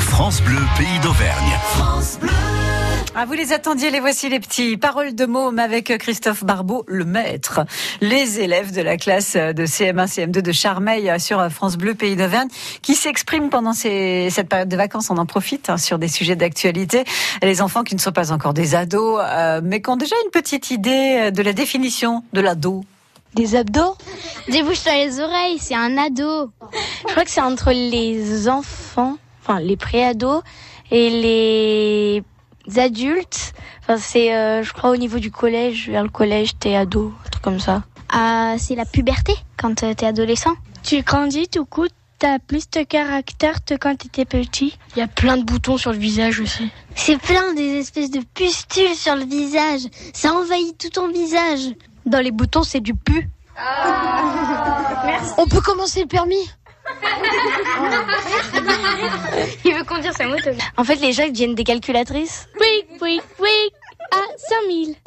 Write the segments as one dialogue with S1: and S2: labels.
S1: France Bleu, pays d'Auvergne.
S2: Ah, vous les attendiez, les voici les petits. Parole de môme avec Christophe Barbeau, le maître. Les élèves de la classe de CM1, CM2 de Charmeil euh, sur France Bleu, Pays d'Auvergne, qui s'expriment pendant ces- cette période de vacances. On en profite hein, sur des sujets d'actualité. Les enfants qui ne sont pas encore des ados, euh, mais qui ont déjà une petite idée euh, de la définition de l'ado.
S3: Des abdos
S4: Des bouches dans les oreilles, c'est un ado. Je crois que c'est entre les enfants, enfin les pré-ados et les adultes. Enfin c'est, euh, je crois, au niveau du collège, vers le collège, t'es ado, un truc comme ça.
S5: Ah, c'est la puberté quand euh, t'es adolescent.
S4: Tu grandis, tout coup, t'as plus de caractère que quand t'étais petit. Il y a plein de boutons sur le visage aussi.
S5: C'est plein des espèces de pustules sur le visage. Ça envahit tout ton visage.
S3: Dans les boutons, c'est du pu. On peut commencer le permis
S4: Il veut conduire sa moto. En fait, les gens deviennent des calculatrices. Oui, oui, oui. À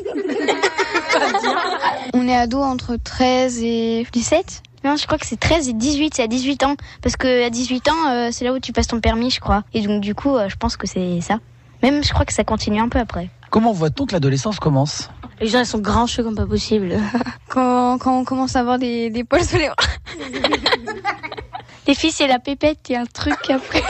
S4: 5000.
S3: On est ado entre 13 et 17.
S4: Non, je crois que c'est 13 et 18, c'est à 18 ans. Parce que à 18 ans, euh, c'est là où tu passes ton permis, je crois. Et donc, du coup, euh, je pense que c'est ça. Même, je crois que ça continue un peu après.
S6: Comment voit-on que l'adolescence commence
S4: Les gens, ils sont grincheux comme pas possible.
S3: Quand, quand on commence à avoir des, des poils sous les bras.
S4: Les filles, c'est la pépette et un truc après.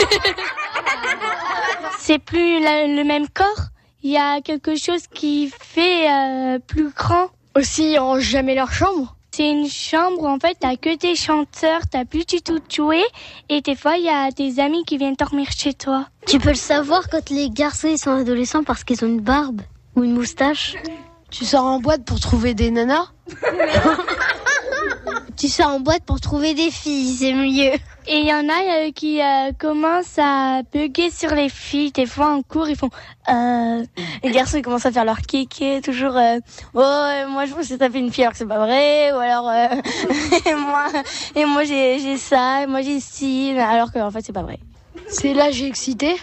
S4: c'est plus la- le même corps. Il y a quelque chose qui fait euh, plus grand. Aussi, ils rangent jamais leur chambre. C'est une chambre, en fait, t'as que tes chanteurs, t'as plus du tout de jouets. Et des fois, il y a tes amis qui viennent dormir chez toi.
S5: Tu peux le savoir quand les garçons ils sont adolescents parce qu'ils ont une barbe ou une moustache.
S3: Tu sors en boîte pour trouver des nanas
S5: Tu sors en boîte pour trouver des filles, c'est mieux.
S4: Et il y en a euh, qui euh, commencent à bugger sur les filles. Des fois, en cours, ils font... Euh... Les garçons, ils commencent à faire leur kéké, toujours... euh, oh, euh, moi, je me suis tapé une fille alors que c'est pas vrai. Ou alors... euh, et moi, et moi j'ai j'ai ça, et moi, j'ai ci. Alors qu'en fait, c'est pas vrai.
S3: C'est là j'ai excité.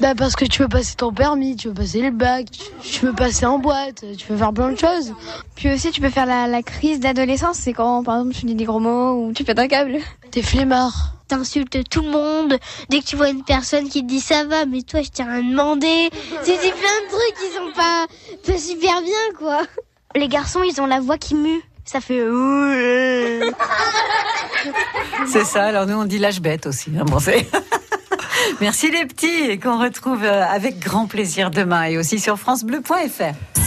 S3: bah parce que tu veux passer ton permis, tu veux passer le bac, tu, tu veux passer en boîte, tu veux faire plein de choses. Puis aussi tu peux faire la, crise d'adolescence, c'est quand par exemple tu dis des gros mots ou tu pètes un câble. T'es flemmard.
S5: T'insultes tout le monde. Dès que tu vois une personne qui te dit ça va, mais toi je tiens à demander. C'est c'est plein de trucs qui sont pas, pas super bien quoi.
S4: Les garçons, ils ont la voix qui mue. Ça fait... euh, euh.
S2: C'est ça, alors nous on dit l'âge bête aussi. hein, bon, c'est- Merci les petits et qu'on retrouve euh, avec grand plaisir demain et aussi sur francebleu.fr.